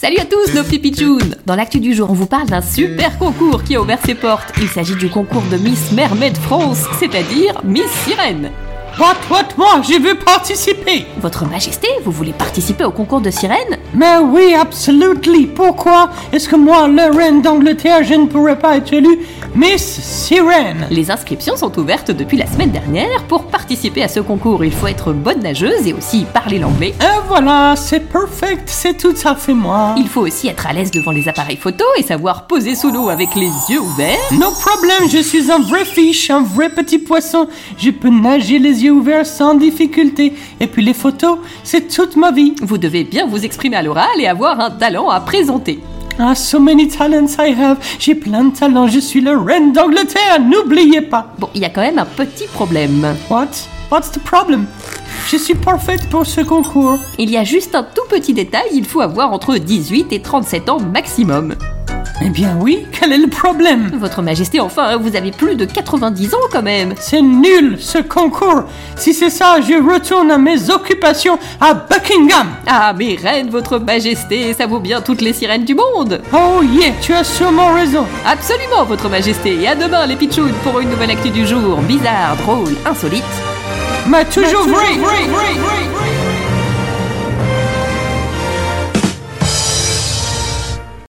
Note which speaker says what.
Speaker 1: Salut à tous nos Pipichounes Dans l'actu du jour, on vous parle d'un super concours qui a ouvert ses portes. Il s'agit du concours de Miss Mermaid France, c'est-à-dire Miss Sirène.
Speaker 2: What, what, moi, je veux participer
Speaker 1: Votre Majesté, vous voulez participer au concours de sirène
Speaker 2: Mais oui, absolutely Pourquoi est-ce que moi, la reine d'Angleterre, je ne pourrais pas être élue Miss Sirène
Speaker 1: Les inscriptions sont ouvertes depuis la semaine dernière. Pour participer à ce concours, il faut être bonne nageuse et aussi parler l'anglais.
Speaker 2: Et voilà, c'est perfect, c'est tout à fait moi
Speaker 1: Il faut aussi être à l'aise devant les appareils photo et savoir poser sous l'eau avec les yeux ouverts.
Speaker 2: No problème, je suis un vrai fish, un vrai petit poisson. Je peux nager les yeux ouverts sans difficulté. Et puis les photos, c'est toute ma vie.
Speaker 1: Vous devez bien vous exprimer à l'oral et avoir un talent à présenter.
Speaker 2: Ah, so many talents I have. J'ai plein de talents, je suis la reine d'Angleterre, n'oubliez pas.
Speaker 1: Bon, il y a quand même un petit problème.
Speaker 2: What? What's the problem? Je suis parfaite pour ce concours.
Speaker 1: Il y a juste un tout petit détail, il faut avoir entre 18 et 37 ans maximum.
Speaker 2: Eh bien oui, quel est le problème
Speaker 1: Votre Majesté, enfin, hein, vous avez plus de 90 ans quand même.
Speaker 2: C'est nul ce concours. Si c'est ça, je retourne à mes occupations à Buckingham.
Speaker 1: Ah, mais reine, Votre Majesté, ça vaut bien toutes les sirènes du monde.
Speaker 2: Oh yeah, tu as sûrement raison.
Speaker 1: Absolument, Votre Majesté. Et à demain, les pitchounes, pour une nouvelle actu du jour. Bizarre, drôle, insolite.
Speaker 2: Mais toujours, vrai, vrai, vrai, vrai.